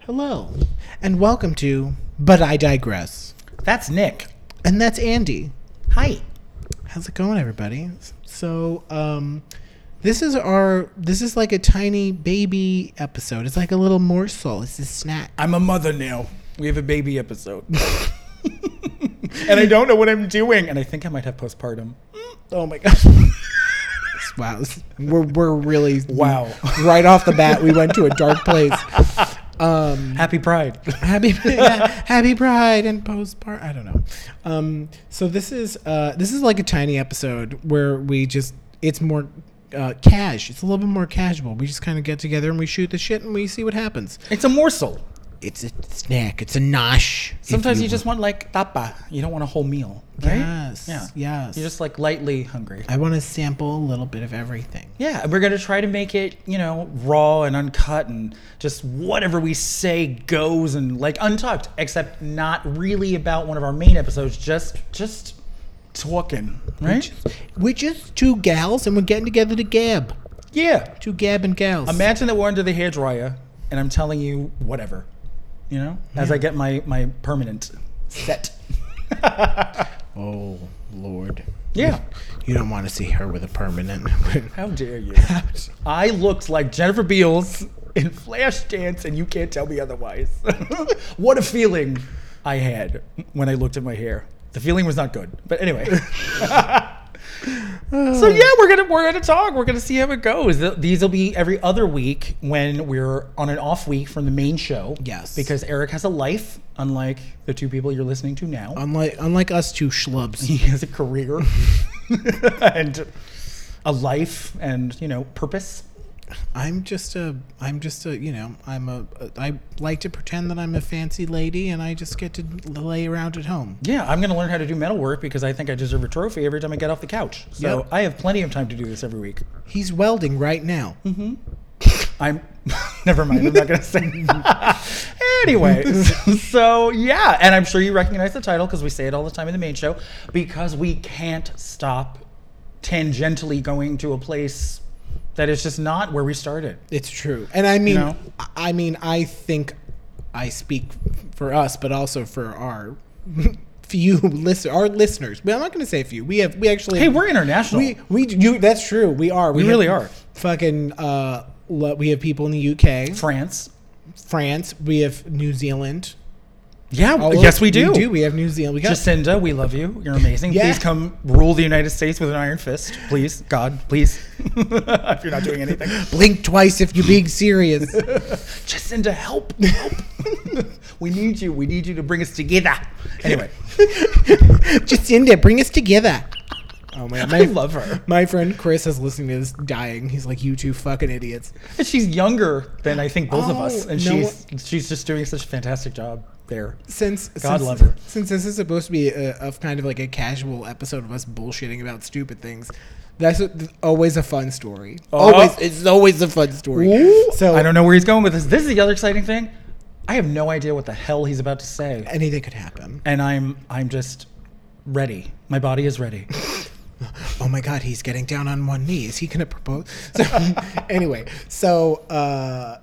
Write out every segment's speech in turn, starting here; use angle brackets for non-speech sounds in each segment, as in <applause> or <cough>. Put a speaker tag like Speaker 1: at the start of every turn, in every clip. Speaker 1: Hello, and welcome to But I Digress.
Speaker 2: That's Nick.
Speaker 1: And that's Andy.
Speaker 2: Hi.
Speaker 1: How's it going, everybody? So, um, this is our this is like a tiny baby episode. It's like a little morsel. It's a snack.
Speaker 2: I'm a mother now. We have a baby episode. <laughs> and I don't know what I'm doing. And I think I might have postpartum.
Speaker 1: Oh my gosh. <laughs> wow, this- we're we're really
Speaker 2: Wow.
Speaker 1: Right off the bat, we went to a dark <laughs> place. Um,
Speaker 2: Happy <laughs> Pride.
Speaker 1: happy <laughs> yeah, happy pride and postpart i don't know um so this is uh this is like a tiny episode where we just it's more uh cash it's a little bit more casual we just kind of get together and we shoot the shit and we see what happens
Speaker 2: It's a morsel.
Speaker 1: it's a snack it's a nosh if
Speaker 2: Sometimes you, just want like tapa. You don't want a whole meal, right?
Speaker 1: yes
Speaker 2: Yeah.
Speaker 1: yes
Speaker 2: You're just like lightly hungry.
Speaker 1: i want to sample a little bit of everything
Speaker 2: Yeah, and we're gonna try to make it, you know, raw and uncut and just whatever we say goes and like untucked, except not really about one of our main episodes, just just talking, right?
Speaker 1: we're just two gals and we're getting together to gab
Speaker 2: Yeah.
Speaker 1: two gab and gals
Speaker 2: Imagine that we're under the hairdryer and I'm telling you whatever. You know? As I get my my permanent set.
Speaker 1: oh lord
Speaker 2: Yeah.
Speaker 1: you don't want to see her with a permanent <laughs>
Speaker 2: How dare you? <laughs> I looked like Jennifer Beals in Flashdance, and you can't tell me otherwise. <laughs> what a feeling I had when I looked at my hair. The feeling was not good, but anyway. <laughs> so yeah, we're gonna we're gonna talk. We're gonna see how it goes. Th- These will be every other week when we're on an off week from the main show.
Speaker 1: Yes.
Speaker 2: because Eric has a life, unlike the two people you're listening to now.
Speaker 1: Unlike unlike us two schlubs.
Speaker 2: he <laughs> has a career and a life and you know purpose.
Speaker 1: I'm just a I'm just a you know I'm a I like to pretend that I'm a fancy lady and I just get to lay around at home.
Speaker 2: Yeah, I'm going to learn how to do metal work because I think I deserve a trophy every time I get off the couch. So
Speaker 1: Yep.
Speaker 2: I have plenty of time to do this every week.
Speaker 1: He's welding right now.
Speaker 2: Mm-hmm. I'm <laughs> never mind. I'm not going to say. <laughs> anyway, <laughs> so yeah, and I'm sure you recognize the title because we say it all the time in the main show because we can't stop tangentially going to a place that is just not where we started.
Speaker 1: It's true, and I mean
Speaker 2: know?
Speaker 1: I- I mean I think I speak for us, but also for our <laughs> few listen our listeners. Well, I'm not going to say few. We have we actually
Speaker 2: Hey, we're international.
Speaker 1: we we you that's true. We are we, have
Speaker 2: really are.
Speaker 1: fucking uh lo- we have people in the UK,
Speaker 2: France.
Speaker 1: France, we have New Zealand.
Speaker 2: Yeah.
Speaker 1: All
Speaker 2: yes,
Speaker 1: over-
Speaker 2: Oh, we do.
Speaker 1: We do. We have New Zealand. We got
Speaker 2: Jacinda, we love you. You're amazing.
Speaker 1: Yeah.
Speaker 2: Please come rule the United States with an iron fist. Please, God, please. <laughs> if you're not doing anything,
Speaker 1: blink twice if you're being
Speaker 2: <laughs>
Speaker 1: serious.
Speaker 2: Jacinda, help, help. <laughs> we need you. We need you to bring us together. Anyway,
Speaker 1: Jacinda, bring us together. Oh man,
Speaker 2: I
Speaker 1: my,
Speaker 2: love her.
Speaker 1: my friend Chris is listening to this, dying. He's like, "You two fucking idiots."
Speaker 2: <laughs> And She's younger than I think both of us,
Speaker 1: Oh,
Speaker 2: and
Speaker 1: no.
Speaker 2: she's she's just doing such a fantastic job there.
Speaker 1: Since
Speaker 2: God
Speaker 1: since,
Speaker 2: love her.
Speaker 1: Since this is supposed to be a, a kind of like a casual episode of us bullshitting about stupid things, that's a, th- always a fun story.
Speaker 2: Oh.
Speaker 1: Always, it's always a fun story.
Speaker 2: So
Speaker 1: So
Speaker 2: I don't know where he's going with this. This is the other exciting thing. I have no idea what the hell he's about to say.
Speaker 1: anything could happen.
Speaker 2: and I'm I'm just ready. My body is ready.
Speaker 1: oh my god he's getting down on one knee is he gonna propose so, <laughs> anyway so uh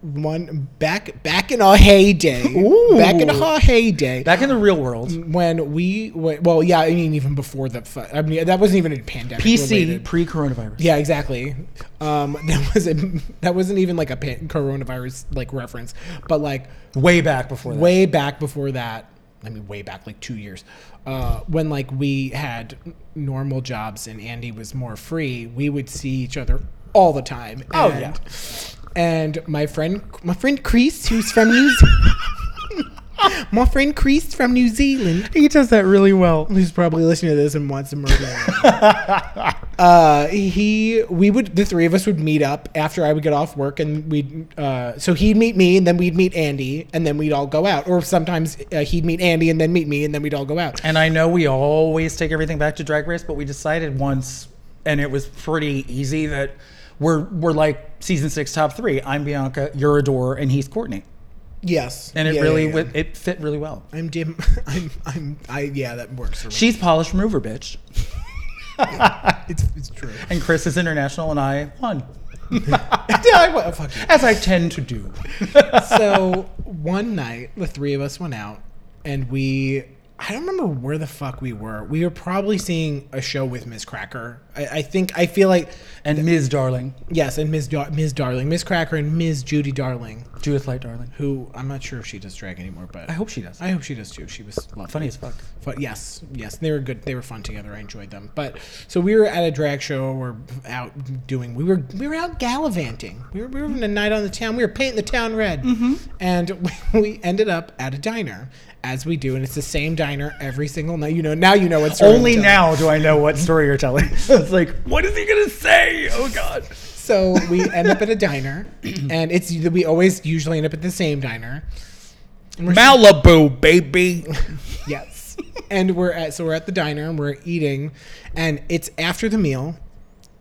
Speaker 1: one back back in our heyday
Speaker 2: Ooh.
Speaker 1: back in our heyday
Speaker 2: Back in the real <laughs> world,
Speaker 1: when we wa- well yeah i mean even before the fu- i mean that wasn't even a pandemic
Speaker 2: PC
Speaker 1: related.
Speaker 2: pre-coronavirus.
Speaker 1: yeah exactly um <laughs> that wasn't that wasn't even like a pan- coronavirus like reference but like
Speaker 2: Way back before that.
Speaker 1: way back before that i mean way back like two years uh, when like we had n- normal jobs and andy was more free we would see each other all the time
Speaker 2: Oh,
Speaker 1: and,
Speaker 2: yeah.
Speaker 1: and my friend my friend chris who's from new zealand <laughs> my friend chris from new zealand
Speaker 2: He does that really well.
Speaker 1: who's probably listening to this and wants to murder me.
Speaker 2: <laughs>
Speaker 1: uh, he, we would, the three of us would meet up after I would get off work, and we'd, uh, so he'd meet me, and then we'd meet Andy, and then we'd all go out. Or sometimes uh, he'd meet Andy, and then meet me, and then we'd all go out.
Speaker 2: And I know we always take everything back to Drag Race, but we decided once, and it was pretty easy that we're we're like season six top three. I'm Bianca, you're Adore, and he's Courtney.
Speaker 1: Yes,
Speaker 2: And it
Speaker 1: Yeah, yeah,
Speaker 2: really
Speaker 1: yeah.
Speaker 2: wi- it fit really well.
Speaker 1: I'm dim. <laughs> I'm. I'm. I. Yeah, that works for me.
Speaker 2: She's polished remover, bitch.
Speaker 1: It's. It's true.
Speaker 2: <laughs> And Chris is international, and I won. I went, "Oh, "Fuck you," As I tend to do. <laughs>
Speaker 1: so one night, the three of us went out, and we. I don't remember where the fuck we were. We were probably seeing a show with Miss Cracker. I, I think I feel like
Speaker 2: And Ms. Darling,
Speaker 1: yes, and Miss Dar- Miss Darling, Miss Cracker, and Miss Judy Darling,
Speaker 2: Judith Light Darling.
Speaker 1: who I'm not sure if she does drag anymore, but
Speaker 2: I hope she does.
Speaker 1: I hope she does too. She was lovely.
Speaker 2: Funny as fuck.
Speaker 1: But yes, yes, they were good. They were fun together. I enjoyed them. But so we were at a drag show. We're out doing. We were we were out gallivanting. We were we were having a night on the town. We were painting the town red.
Speaker 2: Mm-hmm.
Speaker 1: And <laughs> we, we ended up at a diner, as we do, and it's the same diner every single night. You know now you know what's
Speaker 2: Only now do I know what story you're telling. <laughs> it's like, what is he gonna say? Oh God.
Speaker 1: So we end up at a diner, and it's we always usually end up at the same diner.
Speaker 2: Malibu, baby.
Speaker 1: Yes. and we're at so we're at the diner and we're eating and it's after the meal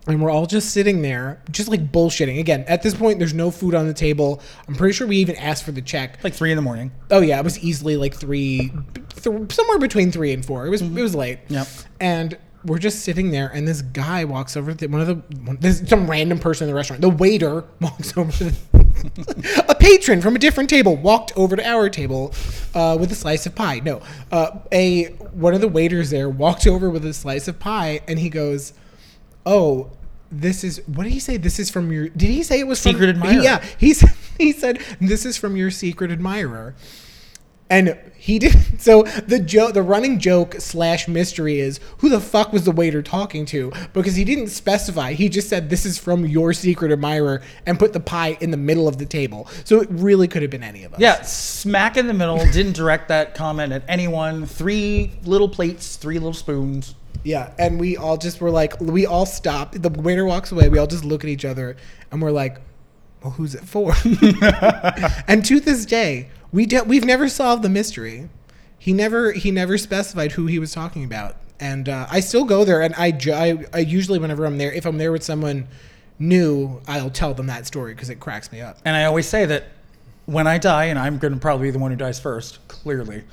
Speaker 1: and we're all just sitting there just like bullshitting. Again, at this point there's no food on the table. I'm pretty sure we even asked for the check.
Speaker 2: <laughs> like three in the morning.
Speaker 1: Oh yeah, it was easily like 3 th- somewhere between 3 and 4. It was it was late.
Speaker 2: Yep.
Speaker 1: And we're just sitting there, and this guy walks over. To one of the one, this some random person in the restaurant. The waiter <laughs> walks over to the, <laughs> a patron from a different table walked over to our table uh, with a slice of pie. No, uh, a one of the waiters there walked over with a slice of pie, and he goes, "Oh." This is what did he say? This is from your. Did he say it was
Speaker 2: Secret
Speaker 1: from,
Speaker 2: admirer.
Speaker 1: Yeah, he <laughs> said, he said this is from your secret admirer and he did <laughs> so the joke the running joke slash mystery is who the fuck was the waiter talking to because he didn't specify he just said this is from your secret admirer and put the pie in the middle of the table so it really could have been any of us
Speaker 2: Yeah, smack in the middle. Didn't direct that comment at anyone. Three little plates, three little spoons.
Speaker 1: yeah and we all just were like we all stopped the waiter walks away we all just look at each other and we're like well who's it <laughs> for and to this day we don't we've never solved the mystery he never he never specified who he was talking about and uh, i still go there and I, ju- I i usually whenever i'm there if i'm there with someone new i'll tell them that story because it cracks me up
Speaker 2: And I always say that when I die, and I'm going to probably be the one who dies first, clearly,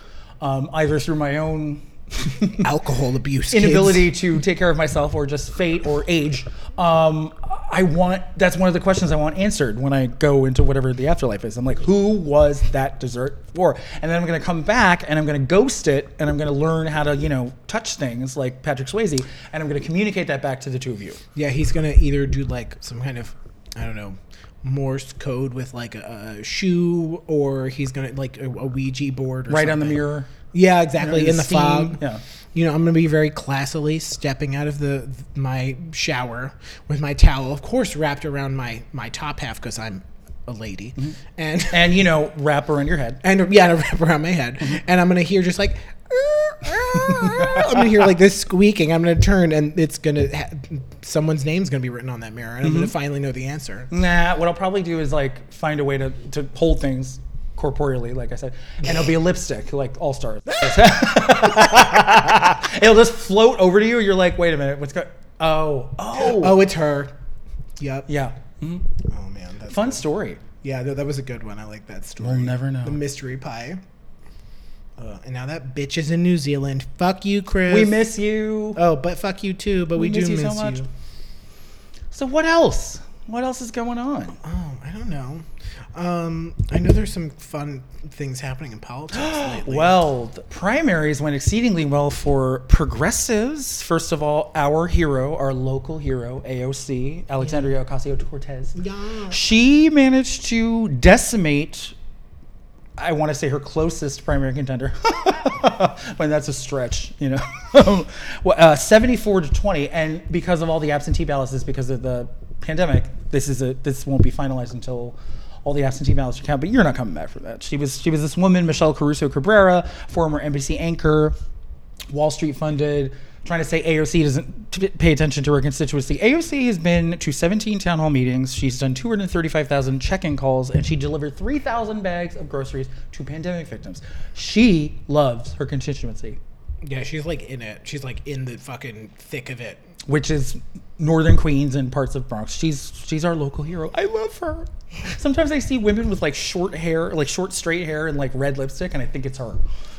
Speaker 2: um, either through my own
Speaker 1: alcohol abuse kids.
Speaker 2: inability to take care of myself or just fate or age, um, I want that's one of the questions I want answered when I go into whatever the afterlife is. I'm like, who was that dessert for? And then I'm going to come back and I'm going to ghost it and I'm going to learn how to, you know, touch things like Patrick Swayze and I'm going to communicate that back to the two of you.
Speaker 1: yeah he's gonna either do like some kind of i don't know morse code with like a, a shoe or he's gonna like a, a ouija board or
Speaker 2: Right on the
Speaker 1: something.
Speaker 2: mirror.
Speaker 1: Yeah, exactly.
Speaker 2: the
Speaker 1: in the
Speaker 2: steam,
Speaker 1: fog.
Speaker 2: yeah.
Speaker 1: You know, I'm gonna be very classily stepping out of the my shower with my towel, of course, wrapped around my my top half because I'm a lady,
Speaker 2: Mm-hmm.
Speaker 1: and
Speaker 2: And, you know, wrap around your head.
Speaker 1: and yeah, and a wrap around my head,
Speaker 2: Mm-hmm.
Speaker 1: and I'm gonna hear just like. I'm gonna hear like this squeaking. I'm gonna turn, and it's gonna ha- someone's name's gonna be written on that mirror, and I'm
Speaker 2: Mm-hmm.
Speaker 1: gonna finally know the answer.
Speaker 2: Nah, what I'll probably do is like find a way to, to hold things corporeally, like I said, and it'll be a lipstick, like All Stars. <laughs> it'll just float over to you. You're like, wait a minute, what's going? Oh, oh,
Speaker 1: Oh, it's her. Yep.
Speaker 2: yeah. Mm-hmm.
Speaker 1: Oh man, that's,
Speaker 2: Fun story.
Speaker 1: yeah, that, that was a good one. I like that story.
Speaker 2: never know.
Speaker 1: the mystery pie. Uh, and now that bitch is in New Zealand. Fuck you, Chris.
Speaker 2: We miss you.
Speaker 1: Oh, but fuck you too. But we,
Speaker 2: miss
Speaker 1: do
Speaker 2: you so
Speaker 1: miss
Speaker 2: much.
Speaker 1: you.
Speaker 2: So what else? What else is going on?
Speaker 1: Oh, I don't know. Um, I know there's some fun things happening in
Speaker 2: <gasps>
Speaker 1: politics lately.
Speaker 2: Well, the primaries went exceedingly well for progressives. First of all, our hero, our local hero, AOC, Alexandria Ocasio Cortez.
Speaker 1: Yeah.
Speaker 2: She managed to decimate, I want to say her closest primary contender, <laughs> but that's a stretch, you know. <laughs> well, uh, 74 to 20, and because of all the absentee ballots, is because of the pandemic, this is a this won't be finalized until all the absentee ballots are counted. But you're not coming back for that. She was she was this woman, Michelle Caruso Cabrera, former NBC anchor, Wall Street funded, trying to say AOC doesn't t- pay attention to her constituency. AOC has been to 17 town hall meetings. She's done 235,000 check in calls, and she delivered 3,000 bags of groceries to pandemic victims. She loves her constituency,
Speaker 1: Yeah, she's like in it. She's like in the fucking thick of it.
Speaker 2: which is northern Queens and parts of Bronx. She's she's our local hero. I love her. Sometimes I see women with like short hair, like short straight hair and like red lipstick, and I think it's her.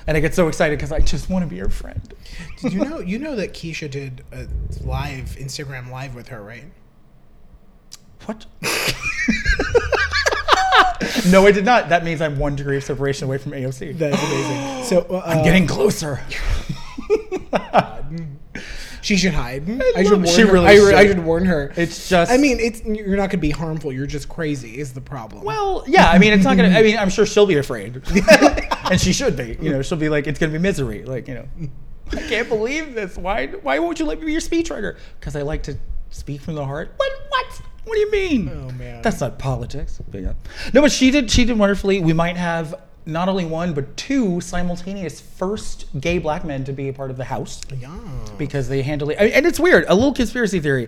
Speaker 2: And I get so excited because I just want to be her friend.
Speaker 1: Did you know? You know that Keisha did a live Instagram live with her, right?
Speaker 2: What? <laughs> no, I did not. That means I'm one degree of separation away from AOC.
Speaker 1: That is amazing. So uh,
Speaker 2: I'm getting closer.
Speaker 1: she should hide. I, should
Speaker 2: love-
Speaker 1: warn
Speaker 2: she
Speaker 1: her.
Speaker 2: really
Speaker 1: I, re- I
Speaker 2: should.
Speaker 1: should warn her.
Speaker 2: It's just.
Speaker 1: I mean, it's you're not going to be harmful. You're just crazy. Is the problem?
Speaker 2: well, yeah. I mean, it's not gonna. I mean, I'm sure she'll
Speaker 1: <laughs>
Speaker 2: be afraid, and she should be. You know, she'll be like, it's gonna be misery. Like, you know, I can't believe this. Why? Why won't you let me be your speechwriter? Because I like to speak from the heart. What? What? What do you mean?
Speaker 1: Oh, man.
Speaker 2: That's not politics. But yeah. No, but she did. She did wonderfully. We might have not only one but two simultaneous first gay black men to be a part of the house.
Speaker 1: yeah.
Speaker 2: because they handle it. I- And it's weird. A little conspiracy theory.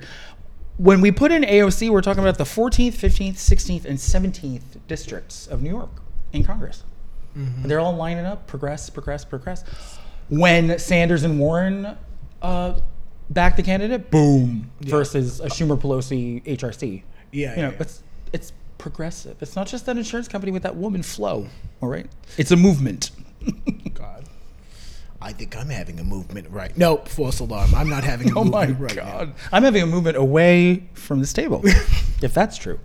Speaker 2: When we put in AOC, we're talking about the 14th, 15th, 16th, and 17th districts of New York in Congress.
Speaker 1: Mm-hmm.
Speaker 2: They're all lining up, progress, progress, progress. When Sanders and Warren uh, back the candidate, boom, versus a Schumer Pelosi HRC.
Speaker 1: Yeah,
Speaker 2: You know,
Speaker 1: yeah.
Speaker 2: it's it's progressive. It's not just that insurance company with that woman flow.
Speaker 1: Mm-hmm.
Speaker 2: All right, it's a movement.
Speaker 1: God. I think I'm having a movement right. Nope, false alarm. I'm not having a
Speaker 2: <laughs> Oh my
Speaker 1: movement right now.
Speaker 2: god! I'm having a movement away from this <laughs> table, if that's true.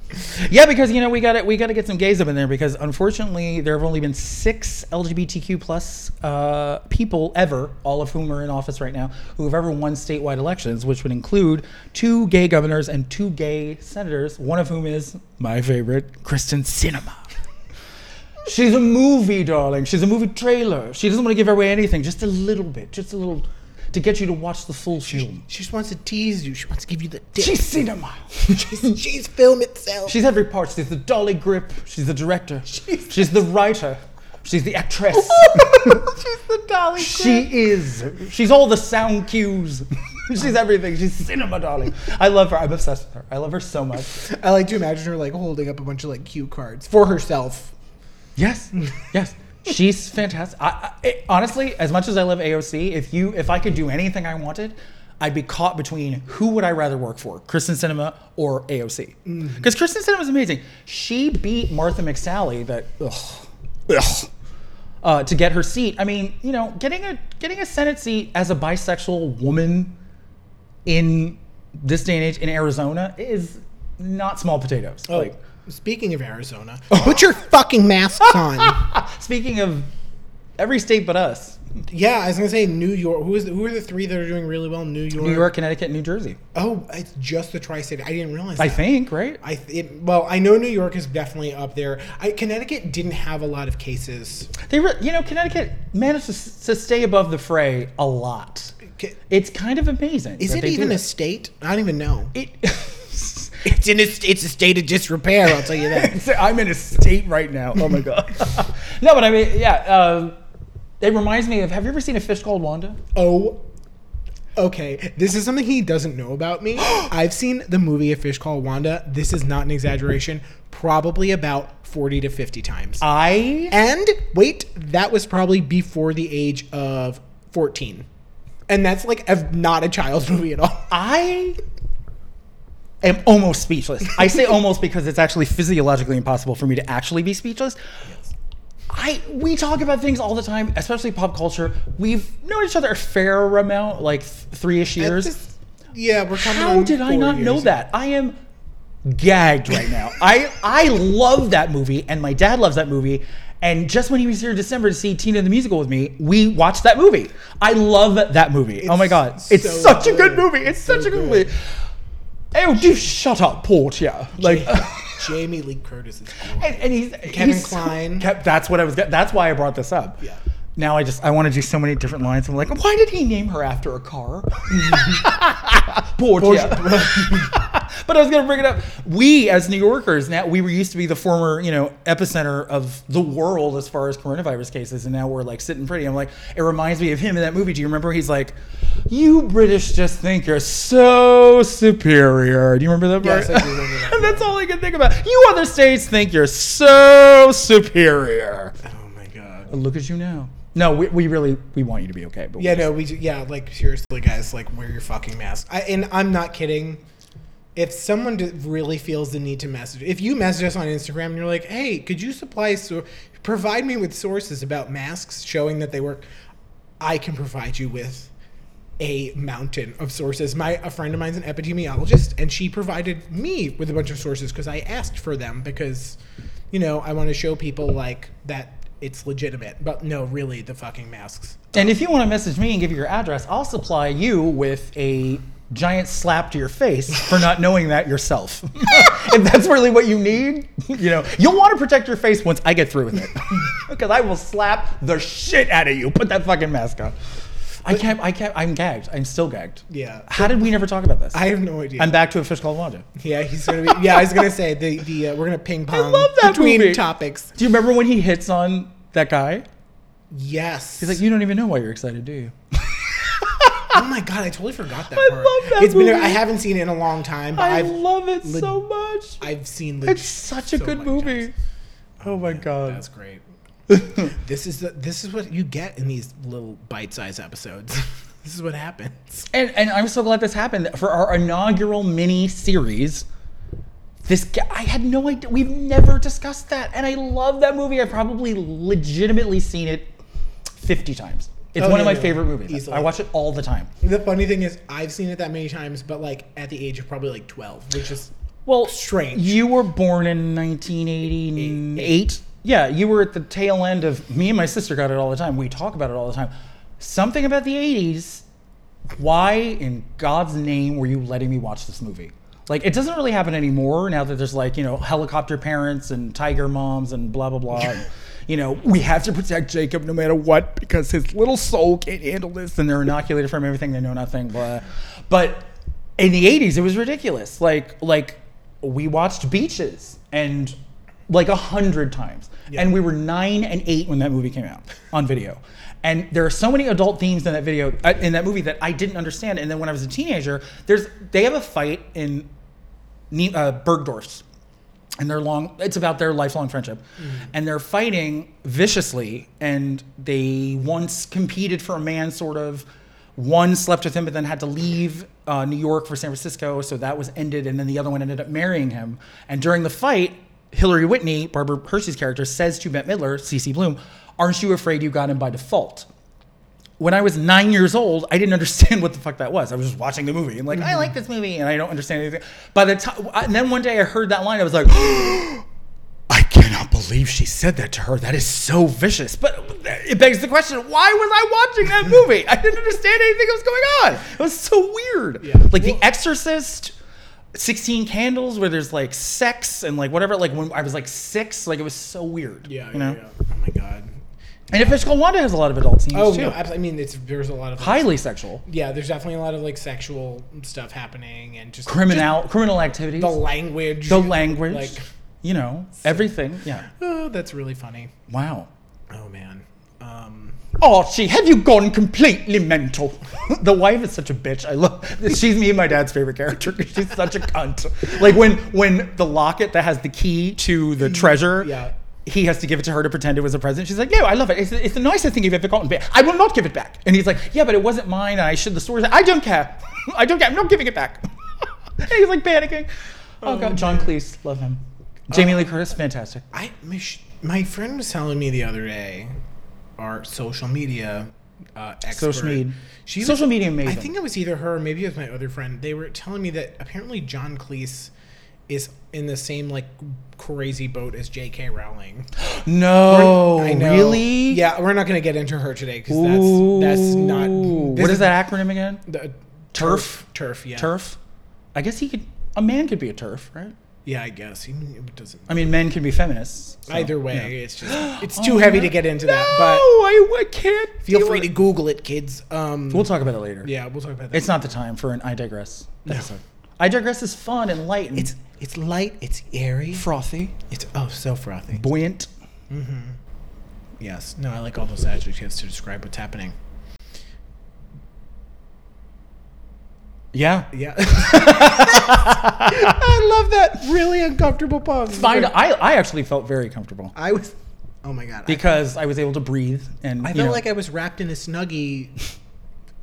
Speaker 2: Yeah, because you know we got to we got to get some gays up in there because unfortunately there have only been six LGBTQ plus uh, people ever, all of whom are in office right now, who have ever won statewide elections, which would include two gay governors and two gay senators, one of whom is my favorite, Kristen Cinema. She's a movie, darling. She's a movie trailer. She doesn't want to give away anything, just a little bit, just a little, to get you to watch the full film.
Speaker 1: She just wants to tease you. She wants to give you the
Speaker 2: <laughs>
Speaker 1: dick.
Speaker 2: She's cinema.
Speaker 1: She's, she's film itself.
Speaker 2: She's every part. She's the dolly grip. She's the director. <laughs> She's the writer. She's the <laughs> actress.
Speaker 1: she's the dolly.
Speaker 2: she is. She's all the sound cues. <laughs> She's everything. She's cinema, darling. I love her. I'm obsessed with her. I love her so much.
Speaker 1: I like to imagine her like holding up a bunch of like cue cards for herself.
Speaker 2: Yes. Yes. She's fantastic. I, I, it- honestly, as much as I love AOC, if you if I could do anything I wanted, I'd be caught between who would I rather work for, Kristen Cinema or AOC? Because Kristen Cinema is amazing. She beat Martha McSally, that ugh, ugh, uh, to get her seat. I mean, you know, getting a getting a Senate seat as a bisexual woman in this day and age in Arizona is not small potatoes.
Speaker 1: Oh.
Speaker 2: Like, <laughs>
Speaker 1: Speaking of <laughs> Arizona, put your fucking masks on. <laughs>
Speaker 2: speaking of every state but us.
Speaker 1: yeah, I was gonna say New York. Who is the, who are the three that are doing really well? New York.
Speaker 2: New York, Connecticut, New Jersey.
Speaker 1: Oh, it's just the tri-state. I didn't realize.
Speaker 2: I
Speaker 1: that.
Speaker 2: think, right?
Speaker 1: I th- it, well, I know New York is definitely up there. I, Connecticut didn't have a lot of cases.
Speaker 2: They were, you know, Connecticut managed to, s- to stay above the fray a lot.
Speaker 1: Ca-
Speaker 2: It's kind of amazing.
Speaker 1: Is
Speaker 2: that
Speaker 1: it
Speaker 2: they do
Speaker 1: even a
Speaker 2: that.
Speaker 1: state? I don't even know.
Speaker 2: It,
Speaker 1: It's in a, it's a state of disrepair. I'll tell you
Speaker 2: <laughs>
Speaker 1: that.
Speaker 2: It's- I'm in a state right now. Oh my god. <laughs> no, but I mean, yeah. Uh, it reminds me of. Have you ever seen a fish called Wanda?
Speaker 1: oh, okay. This is something he doesn't know about
Speaker 2: <gasps>
Speaker 1: me. I've seen the movie A Fish Called Wanda. This is not an exaggeration. Probably about forty to fifty times.
Speaker 2: Uh. I.
Speaker 1: and wait, that was probably before the age of fourteen, and that's like a, not a child's <laughs> movie at all.
Speaker 2: Uh, I. Am almost speechless. I say almost because it's actually physiologically impossible for me to actually be speechless. I we talk about things all the time, especially pop culture. We've known each other a fair amount, like th- three-ish years.
Speaker 1: This- yeah, we're coming.
Speaker 2: How
Speaker 1: on
Speaker 2: did I
Speaker 1: four
Speaker 2: not know
Speaker 1: years.
Speaker 2: that? I am gagged right now. <laughs> I I love that movie, and my dad loves that movie. And just when he was here in December to see Tina the Musical with me, we watched that movie. I love that movie. oh my god, it's
Speaker 1: so
Speaker 2: such a good
Speaker 1: good.
Speaker 2: movie. It's such
Speaker 1: So
Speaker 2: a good,
Speaker 1: good.
Speaker 2: movie. Oh, dude, shut up, Portia. Like. <laughs>
Speaker 1: Jamie Lee Curtis is gorgeous.
Speaker 2: And, and he's
Speaker 1: Kevin
Speaker 2: he's so-
Speaker 1: Kline.
Speaker 2: Kev- that's what I was. get- That's why I brought this up.
Speaker 1: Yeah.
Speaker 2: Now I just I want to do so many different lines. I'm like, why did he name her after a car?
Speaker 1: Mm-hmm.
Speaker 2: <laughs> Portia. <laughs> but I was gonna bring it up. We as New Yorkers now we were used to be the former you know epicenter of the world as far as coronavirus cases, and now we're like sitting pretty. I'm like, it reminds me of him in that movie. Do you remember? He's like, you British just think you're so superior. Do you remember that
Speaker 1: Yes,
Speaker 2: part?
Speaker 1: I do remember that,
Speaker 2: <laughs> And that's all I can think about. You other states think you're so superior.
Speaker 1: Oh my god.
Speaker 2: But look at you now. No, we, we really we want you to be okay. But
Speaker 1: Yeah, no, we do- yeah, like seriously, guys, like wear your fucking mask. I, and I'm not kidding. If someone d- really feels the need to message, if you message us on Instagram and you're like, "Hey, could you supply so provide me with sources about masks showing that they work?" I can provide you with a mountain of sources. My a friend of mine's an epidemiologist, and she provided me with a bunch of sources because I asked for them because, you know, I want to show people like that it's legitimate. But no, really, the fucking masks.
Speaker 2: And if you want to message me and give your address, I'll supply you with a giant slap to your face
Speaker 1: <laughs>
Speaker 2: for not knowing that yourself. <laughs> if that's really what you need, you know, you'll want to protect your face once I get through with it. <laughs> Because I will slap the shit out of you. Put that fucking mask on. I can't, I can't, I'm gagged. I'm still gagged.
Speaker 1: Yeah. <laughs>
Speaker 2: How did we never talk about this?
Speaker 1: I have no idea.
Speaker 2: I'm back to a fish called Wanda.
Speaker 1: yeah, he's gonna be. Yeah, I was gonna say the the uh, we're gonna <laughs> ping pong
Speaker 2: love that
Speaker 1: between
Speaker 2: movie.
Speaker 1: topics.
Speaker 2: Do you remember when he hits on that guy?
Speaker 1: Yes,
Speaker 2: He's like, you don't even know why you're excited, do you?
Speaker 1: oh my god, <laughs> I totally forgot that
Speaker 2: I
Speaker 1: part.
Speaker 2: love that
Speaker 1: It's been.
Speaker 2: movie.
Speaker 1: I haven't seen it in a long time, but
Speaker 2: I
Speaker 1: I've
Speaker 2: love it
Speaker 1: leg-
Speaker 2: so much.
Speaker 1: I've seen.
Speaker 2: It's
Speaker 1: legit
Speaker 2: such a
Speaker 1: so
Speaker 2: good
Speaker 1: many
Speaker 2: movie.
Speaker 1: times.
Speaker 2: Oh my god.
Speaker 1: That's <laughs> great. this is the, this is what you get in these little bite-sized episodes. <laughs> this is what happens.
Speaker 2: And, and I'm so glad this happened for our inaugural mini series. This g- I had no idea. We've never discussed that, and I love that movie. I've probably legitimately seen it 50 times. It's
Speaker 1: Oh,
Speaker 2: one of
Speaker 1: yeah,
Speaker 2: my
Speaker 1: yeah.
Speaker 2: favorite movies.
Speaker 1: Easily.
Speaker 2: I watch it all the time.
Speaker 1: The funny thing is, I've seen it that many times, but like at the age of probably like twelve, which is
Speaker 2: Well,
Speaker 1: Strange.
Speaker 2: You were born in 1988. Yeah, you were at the tail end of me and my sister got it all the time. We talk about it all the time. Something about the 80s. Why in God's name were you letting me watch this movie? Like it doesn't really happen anymore now that there's like, you know, helicopter parents and tiger moms and blah blah blah. and, you know, we have to protect Jacob no matter what because his little soul can't handle this and they're inoculated from everything, they know nothing, blah. But in the 80s it was ridiculous. Like like we watched Beaches and like a hundred times. And we were nine and eight when that movie came out on video. And there are so many adult themes in that video, uh, in that movie that I didn't understand. And then when I was a teenager, there's they have a fight in Ne- uh, Bergdorf's, and they're long. It's about their lifelong friendship, and they're fighting viciously. And they once competed for a man, sort of. One slept with him, but then had to leave uh, New York for San Francisco, so that was ended. And then the other one ended up marrying him. And during the fight, Hillary Whitney, Barbara Hershey's character, says to Bette Midler, CeCe Bloom, "Aren't you afraid you got him by default?" when I was nine years old, I didn't understand <laughs> what the fuck that was. I was just watching the movie and like,
Speaker 1: Mm-hmm.
Speaker 2: I like this movie, and I don't understand anything. By the time, and then one day I heard that line, I was like, <gasps> I cannot believe she said that to her. That is so vicious. But it begs the question: Why was I watching
Speaker 1: <laughs>
Speaker 2: that movie? I didn't understand anything that was going on. It was so weird.
Speaker 1: Yeah.
Speaker 2: Like The Exorcist. 16 candles where there's like sex and like whatever like when i was like six like it was so weird
Speaker 1: Yeah,
Speaker 2: you know
Speaker 1: yeah, yeah. Oh my god.
Speaker 2: and if it's called wanda has a lot of adult scenes
Speaker 1: Oh
Speaker 2: too
Speaker 1: no, abs- I mean, it's there's a lot of
Speaker 2: highly sexual
Speaker 1: yeah, there's definitely a lot of like sexual stuff happening and just
Speaker 2: criminal criminal activities,
Speaker 1: just
Speaker 2: the,
Speaker 1: the language,
Speaker 2: language,
Speaker 1: like
Speaker 2: you know, everything. Yeah.
Speaker 1: oh, that's really funny.
Speaker 2: Wow.
Speaker 1: Oh man, um,
Speaker 2: Archie, Oh, have you gone completely mental? <laughs> the wife is such a bitch. I love. She's me and my dad's favorite character. 'cause She's such a cunt. Like when when the locket that has the key to the treasure.
Speaker 1: yeah.
Speaker 2: He has to give it to her to pretend it was a present. She's like, "No, I love it. It's, it's the nicest thing you've ever gotten. But I will not give it back." And he's like, "Yeah, but it wasn't mine. And I should." The store's. I don't care. <laughs> I don't care. I'm not giving it back. <laughs> and he's like panicking. Oh, god, John Cleese, love him. Jamie Lee Curtis, fantastic.
Speaker 1: I my, sh- my friend was telling me the other day, our social media uh, expert.
Speaker 2: Social media.
Speaker 1: She was-
Speaker 2: Social media amazing.
Speaker 1: I think it was either her, or maybe it was my other friend. They were telling me that apparently John Cleese is in the same like crazy boat as J.K. Rowling.
Speaker 2: no,
Speaker 1: I know.
Speaker 2: Oh, really?
Speaker 1: Yeah, we're not gonna get into her today because that's that's not.
Speaker 2: Ooh.
Speaker 1: this
Speaker 2: What is that acronym again?
Speaker 1: The,
Speaker 2: Turf.
Speaker 1: turf. Yeah.
Speaker 2: Turf. I guess he could. A man could be a turf, right?
Speaker 1: Yeah, I guess. He it doesn't.
Speaker 2: I mean, men can be feminists. so,
Speaker 1: Either way,
Speaker 2: yeah.
Speaker 1: it's <gasps> just it's too heavy to get into
Speaker 2: No,
Speaker 1: that. But
Speaker 2: I, I can't.
Speaker 1: feel
Speaker 2: deal
Speaker 1: free
Speaker 2: with
Speaker 1: to
Speaker 2: it.
Speaker 1: Google it, kids. Um,
Speaker 2: We'll talk about it later.
Speaker 1: yeah, we'll talk about that.
Speaker 2: It's not the time for an I digress episode. I digress is fun and light. And
Speaker 1: It's it's light. It's airy.
Speaker 2: frothy,
Speaker 1: It's oh so frothy.
Speaker 2: buoyant.
Speaker 1: Yes. No, I like all those adjectives to describe what's happening.
Speaker 2: Yeah.
Speaker 1: <laughs> Yeah. I love that really uncomfortable pause.
Speaker 2: Fine. I, I actually felt very comfortable
Speaker 1: I was. Oh my god. I,
Speaker 2: because I was able to breathe and
Speaker 1: I
Speaker 2: you
Speaker 1: felt
Speaker 2: know,
Speaker 1: like I was wrapped in a snuggie,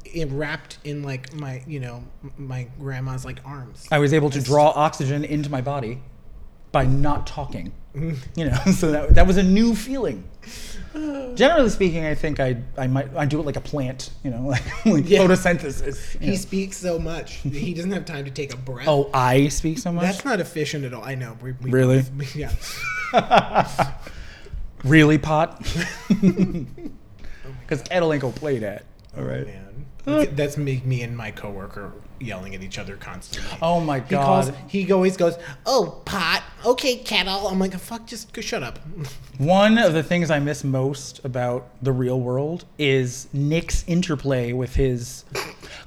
Speaker 1: it wrapped in like my you know m- my grandma's like arms.
Speaker 2: I was able to draw oxygen into my
Speaker 1: Mm.
Speaker 2: <laughs> body by not talking. You know, so that, that was a new feeling. Generally speaking, I think I I might I do it like a plant, you know, <laughs> like, like
Speaker 1: Yeah.
Speaker 2: photosynthesis. you
Speaker 1: He
Speaker 2: know.
Speaker 1: speaks so much. He doesn't have time to take a breath.
Speaker 2: Oh, I speak so much.
Speaker 1: That's not efficient at all. I know. We, we
Speaker 2: Really?
Speaker 1: <laughs> Yeah.
Speaker 2: really pot.
Speaker 1: <laughs> Oh
Speaker 2: <laughs> Because Kettle ain't gonna play that. All right. Uh.
Speaker 1: Man. That's me, me and my coworker yelling at each other constantly.
Speaker 2: Oh my
Speaker 1: He calls.
Speaker 2: god.
Speaker 1: He always goes, "Oh, pot. Okay, kettle." I'm like, "Fuck, just go, shut up." <laughs>
Speaker 2: One of the things I miss most about the real world is Nick's interplay with his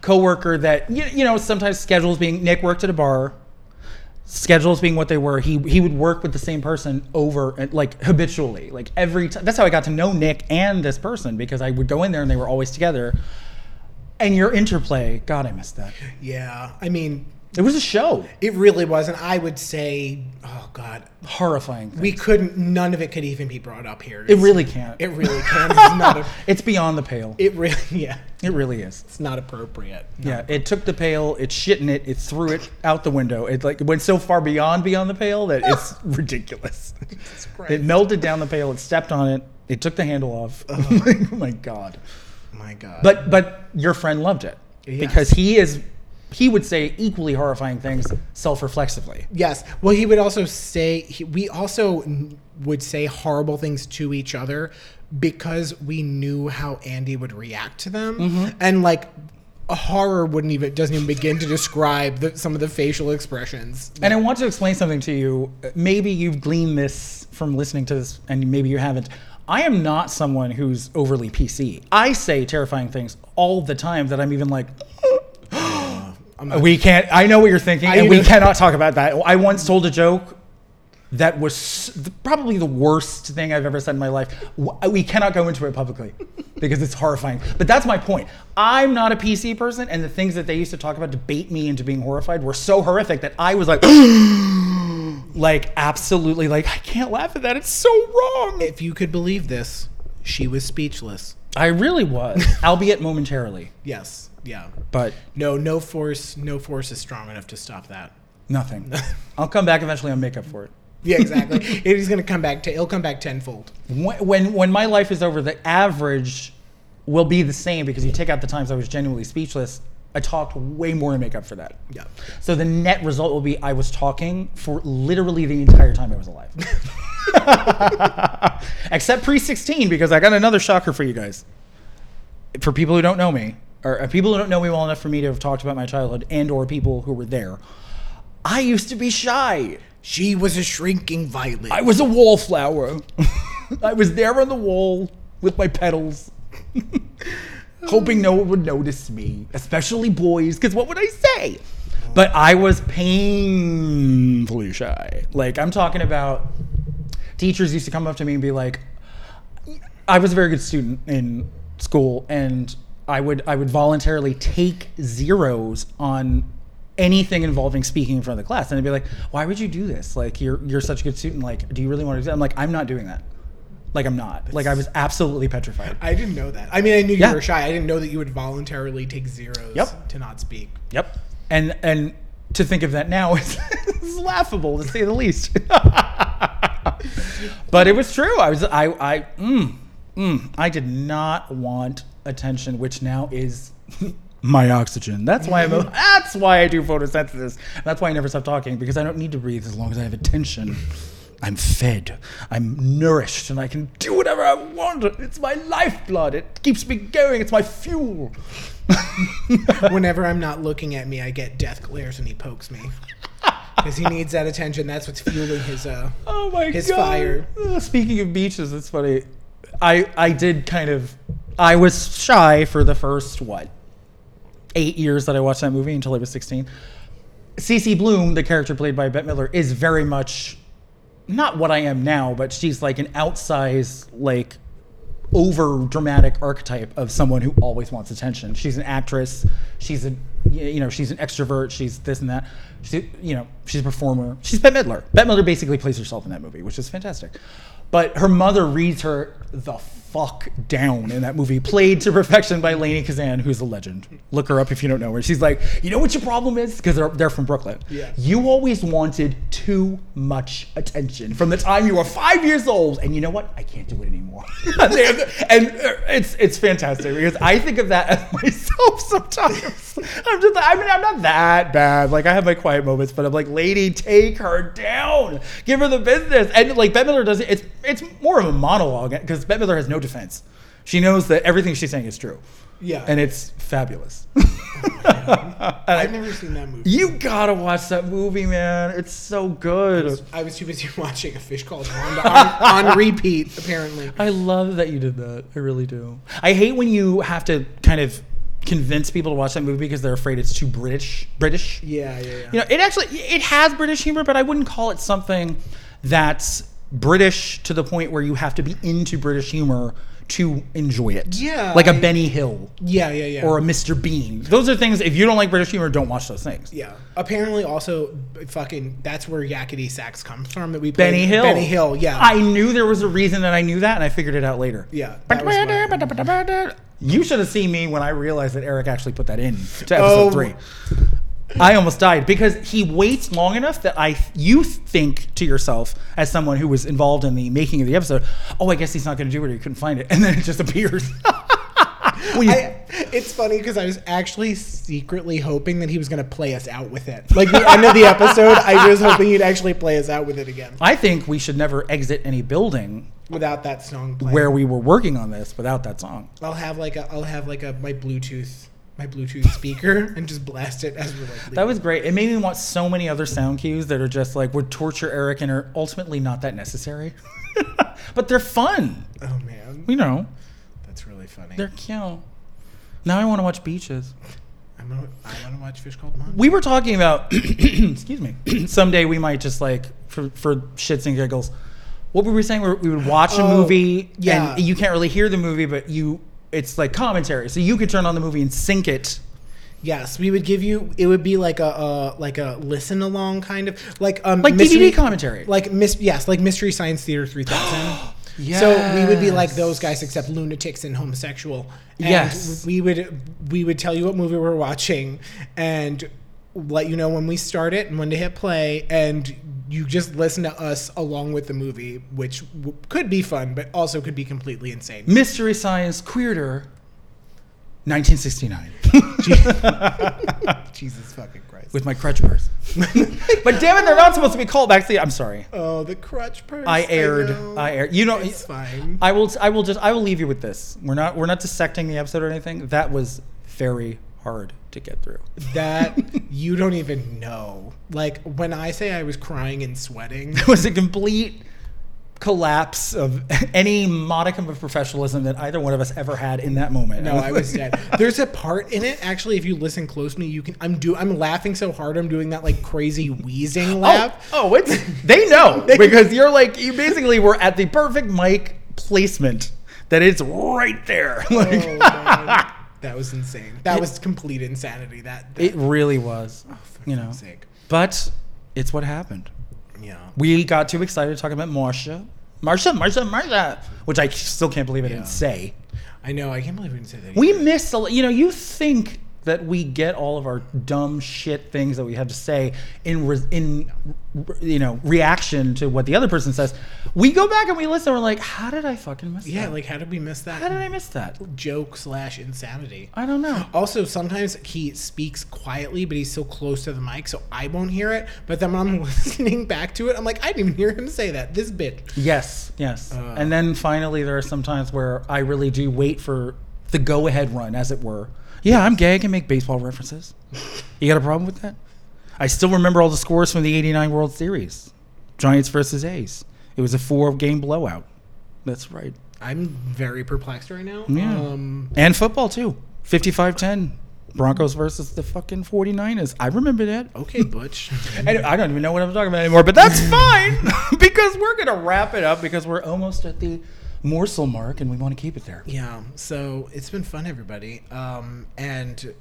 Speaker 2: coworker. That you, you know sometimes schedules being Nick worked at a bar, schedules being what they were. He he would work with the same person over and like habitually, like every time. That's how I got to know Nick and this person because I would go in there and they were always together. And your interplay, God, I missed that.
Speaker 1: yeah. I mean,
Speaker 2: It was a show,
Speaker 1: it really was, and I would say, "Oh God,
Speaker 2: horrifying. Thing.
Speaker 1: we couldn't. None of it could even be brought up here."
Speaker 2: it really can't.
Speaker 1: It really can. It's not. A,
Speaker 2: it's beyond the pale.
Speaker 1: it really. <laughs> Yeah.
Speaker 2: it really is.
Speaker 1: It's not appropriate.
Speaker 2: Yeah, it took the pail, it shit in it, it threw it out the window. It like went so far beyond beyond the pail that it's
Speaker 1: <laughs>
Speaker 2: ridiculous.
Speaker 1: Christ.
Speaker 2: It melted down the pail, it stepped on it, it took the handle off.
Speaker 1: Uh-huh.
Speaker 2: <laughs> oh my god.
Speaker 1: My God.
Speaker 2: But but your friend loved it.
Speaker 1: Yes.
Speaker 2: Because he is he would say equally horrifying things self-reflexively.
Speaker 1: Yes. Well, he would also say he, we also n- would say horrible things to each other because we knew how Andy would react to them, and like a horror wouldn't even doesn't even begin to describe the, some of the facial expressions.
Speaker 2: And I want to explain something to you. Maybe you've gleaned this from listening to this, and maybe you haven't. I am not someone who's overly PC. I say terrifying things all the time that I'm even like, <gasps> we can't. I know what you're thinking,
Speaker 1: I
Speaker 2: and we
Speaker 1: even-
Speaker 2: cannot talk about that. I once told a joke that was s- th- probably the worst thing I've ever said in my life. W- We cannot go into it publicly because it's horrifying. But that's my point. I'm not a PC person, and the things that they used to talk about to bait me into being horrified were so horrific that I was like, like absolutely, like I can't laugh at that. It's so wrong.
Speaker 1: If you could believe this, she was speechless.
Speaker 2: I really was, albeit momentarily,
Speaker 1: Yes. Yeah.
Speaker 2: but
Speaker 1: No. No force. No force is strong enough to stop <laughs> that.
Speaker 2: nothing. I'll come back eventually and make up for it.
Speaker 1: Yeah. Exactly. it is going to come back. To, it'll come back tenfold.
Speaker 2: when when- when my life is over, the average will be the same because you take out the times I was genuinely speechless. I talked way more to make up for that.
Speaker 1: Yeah.
Speaker 2: So the net result will be I was talking for literally the entire time I was alive. Except pre 16, because I got another shocker for you guys. For people who don't know me, or uh, people who don't know me well enough for me to have talked about my childhood and or people who were there, I used to be shy.
Speaker 1: She was a shrinking violet.
Speaker 2: I was a wallflower. I was there on the wall with my petals, <laughs> hoping no one would notice me, especially boys, because what would I say? But I was painfully shy. Like, I'm talking about teachers used to come up to me and be like, I was a very good student in school, and I would I would voluntarily take zeros on anything involving speaking in front of the class, and I'd be like, "Why would you do this? Like, you're you're such a good student. Like, do you really want to do that?" I'm like, "I'm not doing that. Like, I'm not. Like, I was absolutely petrified."
Speaker 1: I didn't know that. I mean, I knew
Speaker 2: Yeah.
Speaker 1: you were shy. I didn't know that you would voluntarily take zeros
Speaker 2: Yep.
Speaker 1: to not speak.
Speaker 2: Yep. And and to think of that now <laughs> is, is laughable to say the least. <laughs> but it was true. I was I I mm, mm, I did not want attention, which now is <laughs> my oxygen. That's why I'm a, that's why I do photosynthesis. That's why I never stop talking because I don't need to breathe as long as I have attention. I'm fed. I'm nourished, and I can do whatever I want. It's my lifeblood. It keeps me going. It's my fuel. <laughs>
Speaker 1: Whenever I'm not looking at me, I get death glares and he pokes
Speaker 2: <laughs>
Speaker 1: me because he needs that attention. That's what's fueling his. Uh,
Speaker 2: Oh my
Speaker 1: His
Speaker 2: god.
Speaker 1: fire.
Speaker 2: Uh, Speaking of beaches, it's funny. I I did kind of I was shy for the first what? 8 years that I watched that movie until I was 16. CC Bloom, the character played by Bette Midler, is very much not what I am now, but she's like an outsized like over dramatic archetype of someone who always wants attention. She's an actress. She's a you know she's an extrovert. She's this and that. She you know she's a performer. She's Bette Midler. Bette Midler basically plays herself in that movie, which is fantastic. But her mother reads her the fuck down in that movie, played to perfection by Lainey Kazan, who's a legend. Look her up if you don't know her. She's like, you know what your problem is? Because they're, they're from Brooklyn.
Speaker 1: Yeah.
Speaker 2: You always wanted too much attention from the time you were five years old. And you know what? I can't do it anymore. anymore. <laughs> They have- and uh, it's it's fantastic because I think of that as <laughs> myself sometimes. <laughs> I'm just I mean I'm not that bad. Like I have my quiet moments, but I'm like, lady, take her down, give her the business. And like Bette Midler does it. It's it's more of a monologue because Bette Midler has no defense. She knows that everything she's saying is true.
Speaker 1: Yeah.
Speaker 2: and it's fabulous. <laughs>
Speaker 1: I've never seen that movie.
Speaker 2: You gotta watch that movie, man. It's so good.
Speaker 1: I was too busy <laughs> watching a fish called Wanda on, on repeat, apparently.
Speaker 2: I love that you did that. I really do. I hate when you have to kind of convince people to watch that movie because they're afraid it's too British. British.
Speaker 1: Yeah, yeah, yeah.
Speaker 2: You know, it actually it has British humor, but I wouldn't call it something that's British to the point where you have to be into British humor to enjoy it.
Speaker 1: Yeah,
Speaker 2: Like a
Speaker 1: I-
Speaker 2: Benny Hill
Speaker 1: yeah, yeah, yeah.
Speaker 2: or a Mr. Bean. Those are things if you don't like British humor, don't watch those things.
Speaker 1: yeah. Apparently, also, b- fucking, that's where Yakety Sax comes from that we played.
Speaker 2: Benny Hill.
Speaker 1: Benny Hill, yeah.
Speaker 2: I knew there was a reason that I knew that, and I figured it out later.
Speaker 1: Yeah, that was
Speaker 2: <laughs> You should have seen me when I realized that Eric actually put that in to episode
Speaker 1: Oh.
Speaker 2: three. I almost died because he waits long enough that I you think to yourself as someone who was involved in the making of the episode, oh, I guess he's not going to do it. or He couldn't find it, <laughs> and then it just appears. <laughs> When you-
Speaker 1: I, it's funny because I was actually secretly hoping that he was going to play us out with it. Like the end of the episode, I was hoping he'd actually play us out with it again
Speaker 2: I think we should never exit any building
Speaker 1: without that song playing.
Speaker 2: where we were working on this without that song.
Speaker 1: I'll have like a I'll have like a my Bluetooth my Bluetooth speaker <laughs> and just blast it as we're like.
Speaker 2: That was great. It made me want so many other sound cues that are just like would torture Eric and are ultimately not that necessary, <laughs> but they're
Speaker 1: leaving.
Speaker 2: fun.
Speaker 1: oh man,
Speaker 2: You know,
Speaker 1: that's really funny.
Speaker 2: they're cute. Now I want to watch beaches.
Speaker 1: I'm gonna, I want to watch Fish Called Mom.
Speaker 2: We were talking about, <clears throat> excuse me, <clears throat> someday we might just like for for shits and giggles. What were we saying? We were- We would watch a
Speaker 1: Oh,
Speaker 2: movie,
Speaker 1: yeah.
Speaker 2: and you can't really hear the movie, but you it's like commentary, so you could turn on the movie and sync it.
Speaker 1: Yes, we would give you. It would be like a uh, like a listen along kind of like um
Speaker 2: Like DVD commentary.
Speaker 1: like mis- yes like Mystery Science Theater three
Speaker 2: <gasps>
Speaker 1: thousand. <gasps> So we would be like those guys, except lunatics and homosexual. And
Speaker 2: Yes.
Speaker 1: we would we would tell you what movie we're watching, and let you know when we start it and when to hit play, and you just listen to us along with the movie, which w- could be fun, but also could be completely insane.
Speaker 2: Mystery Science Queerder, 1969.
Speaker 1: <laughs> Jesus fucking Christ!
Speaker 2: <laughs> with my crutch purse. <laughs> but damn it, they're not supposed to be callbacks. I'm sorry.
Speaker 1: oh, the crutch person.
Speaker 2: I aired.
Speaker 1: know.
Speaker 2: I, aired. You know,
Speaker 1: It's fine.
Speaker 2: I will. I will just. I will leave you with this. We're not. We're not dissecting the episode or anything. That was very hard to get through. <laughs>
Speaker 1: that you don't even know. Like when I say I was crying and sweating,
Speaker 2: It was a complete collapse of <laughs> any modicum of professionalism that either one of us ever had in that moment.
Speaker 1: no, I was
Speaker 2: <laughs>
Speaker 1: dead. There's a part in it actually. If you listen closely, you can. I'm do. I'm laughing so hard. I'm doing that like crazy wheezing
Speaker 2: Oh,
Speaker 1: laugh.
Speaker 2: oh, it's <laughs> they know because you're like you basically were at the perfect mic placement that it's right there. <laughs> Like,
Speaker 1: Oh, man. that was insane. That was complete insanity. That, that
Speaker 2: It really was.
Speaker 1: for
Speaker 2: you know.
Speaker 1: fuck's sake.
Speaker 2: But it's what happened.
Speaker 1: yeah.
Speaker 2: We got too excited talking about Marsha. Marsha, Marsha, Marsha, which I still can't believe I didn't say.
Speaker 1: I know. I can't believe we didn't say that.
Speaker 2: We missed a lot. You know, you think that we get all of our dumb shit things that we have to say in re- in you know reaction to what the other person says. We go back and we listen. And we're like, how did I fucking miss
Speaker 1: yeah.
Speaker 2: that?
Speaker 1: Like, how did we miss that
Speaker 2: how did I miss that?
Speaker 1: joke slash insanity?
Speaker 2: I don't know.
Speaker 1: Also, sometimes he speaks quietly, but he's so close to the mic, so I won't hear it. But then when I'm <laughs> listening back to it, I'm like, I didn't even hear him say that. This bitch.
Speaker 2: Yes, yes. and then finally, there are some times where I really do wait for the go ahead run, as it were. Yeah, I'm gay. I can make baseball references. You got a problem with that? I still remember all the scores from the 89 World Series Giants versus A's. It was a four game blowout. That's right.
Speaker 1: I'm very perplexed right now.
Speaker 2: Yeah.
Speaker 1: Um,
Speaker 2: And football, too. 55 10. Broncos versus the fucking 49ers. I remember that.
Speaker 1: okay, Butch.
Speaker 2: I don't, I don't even know what I'm talking about anymore,
Speaker 1: <laughs>
Speaker 2: but that's fine <laughs> because we're going to wrap it up because we're almost at the morsel mark and we want to keep it there.
Speaker 1: yeah. So it's been fun, everybody. Um, and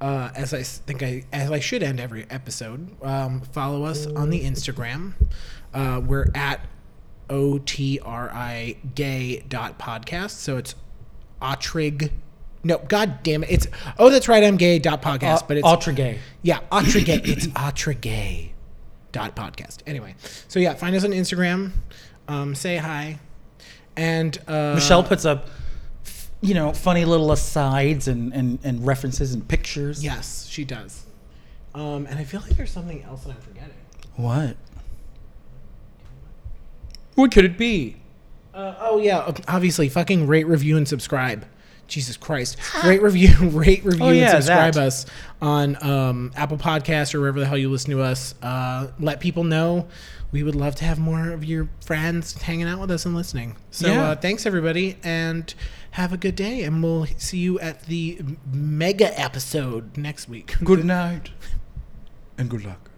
Speaker 1: uh, as I s- think I as I should end every episode, um, follow us on the Instagram. Uh, we're at otri gay dot podcast. So it's otrig. No, god damn it! It's oh, that's right. I'm gay dot podcast, but it's uh,
Speaker 2: ultra gay.
Speaker 1: Yeah, Atragay. it's <coughs> Atragay dot podcast. Anyway, so yeah, find us on Instagram. Um, say hi. And uh,
Speaker 2: Michelle puts up, you know, funny little asides and, and, and references and pictures.
Speaker 1: Yes, she does. Um, and I feel like there's something else that I'm forgetting.
Speaker 2: What? What could it be?
Speaker 1: Uh, oh yeah, ob- obviously, fucking rate, review, and subscribe. Jesus Christ, rate, review, <laughs> rate, review,
Speaker 2: Oh, yeah,
Speaker 1: and subscribe
Speaker 2: that.
Speaker 1: us on um, Apple Podcasts or wherever the hell you listen to us. Uh, let people know. We would love to have more of your friends hanging out with us and listening. So
Speaker 2: Yeah.
Speaker 1: uh, thanks everybody, and have a good day. And we'll see you at the mega episode next week.
Speaker 2: Good night and good luck.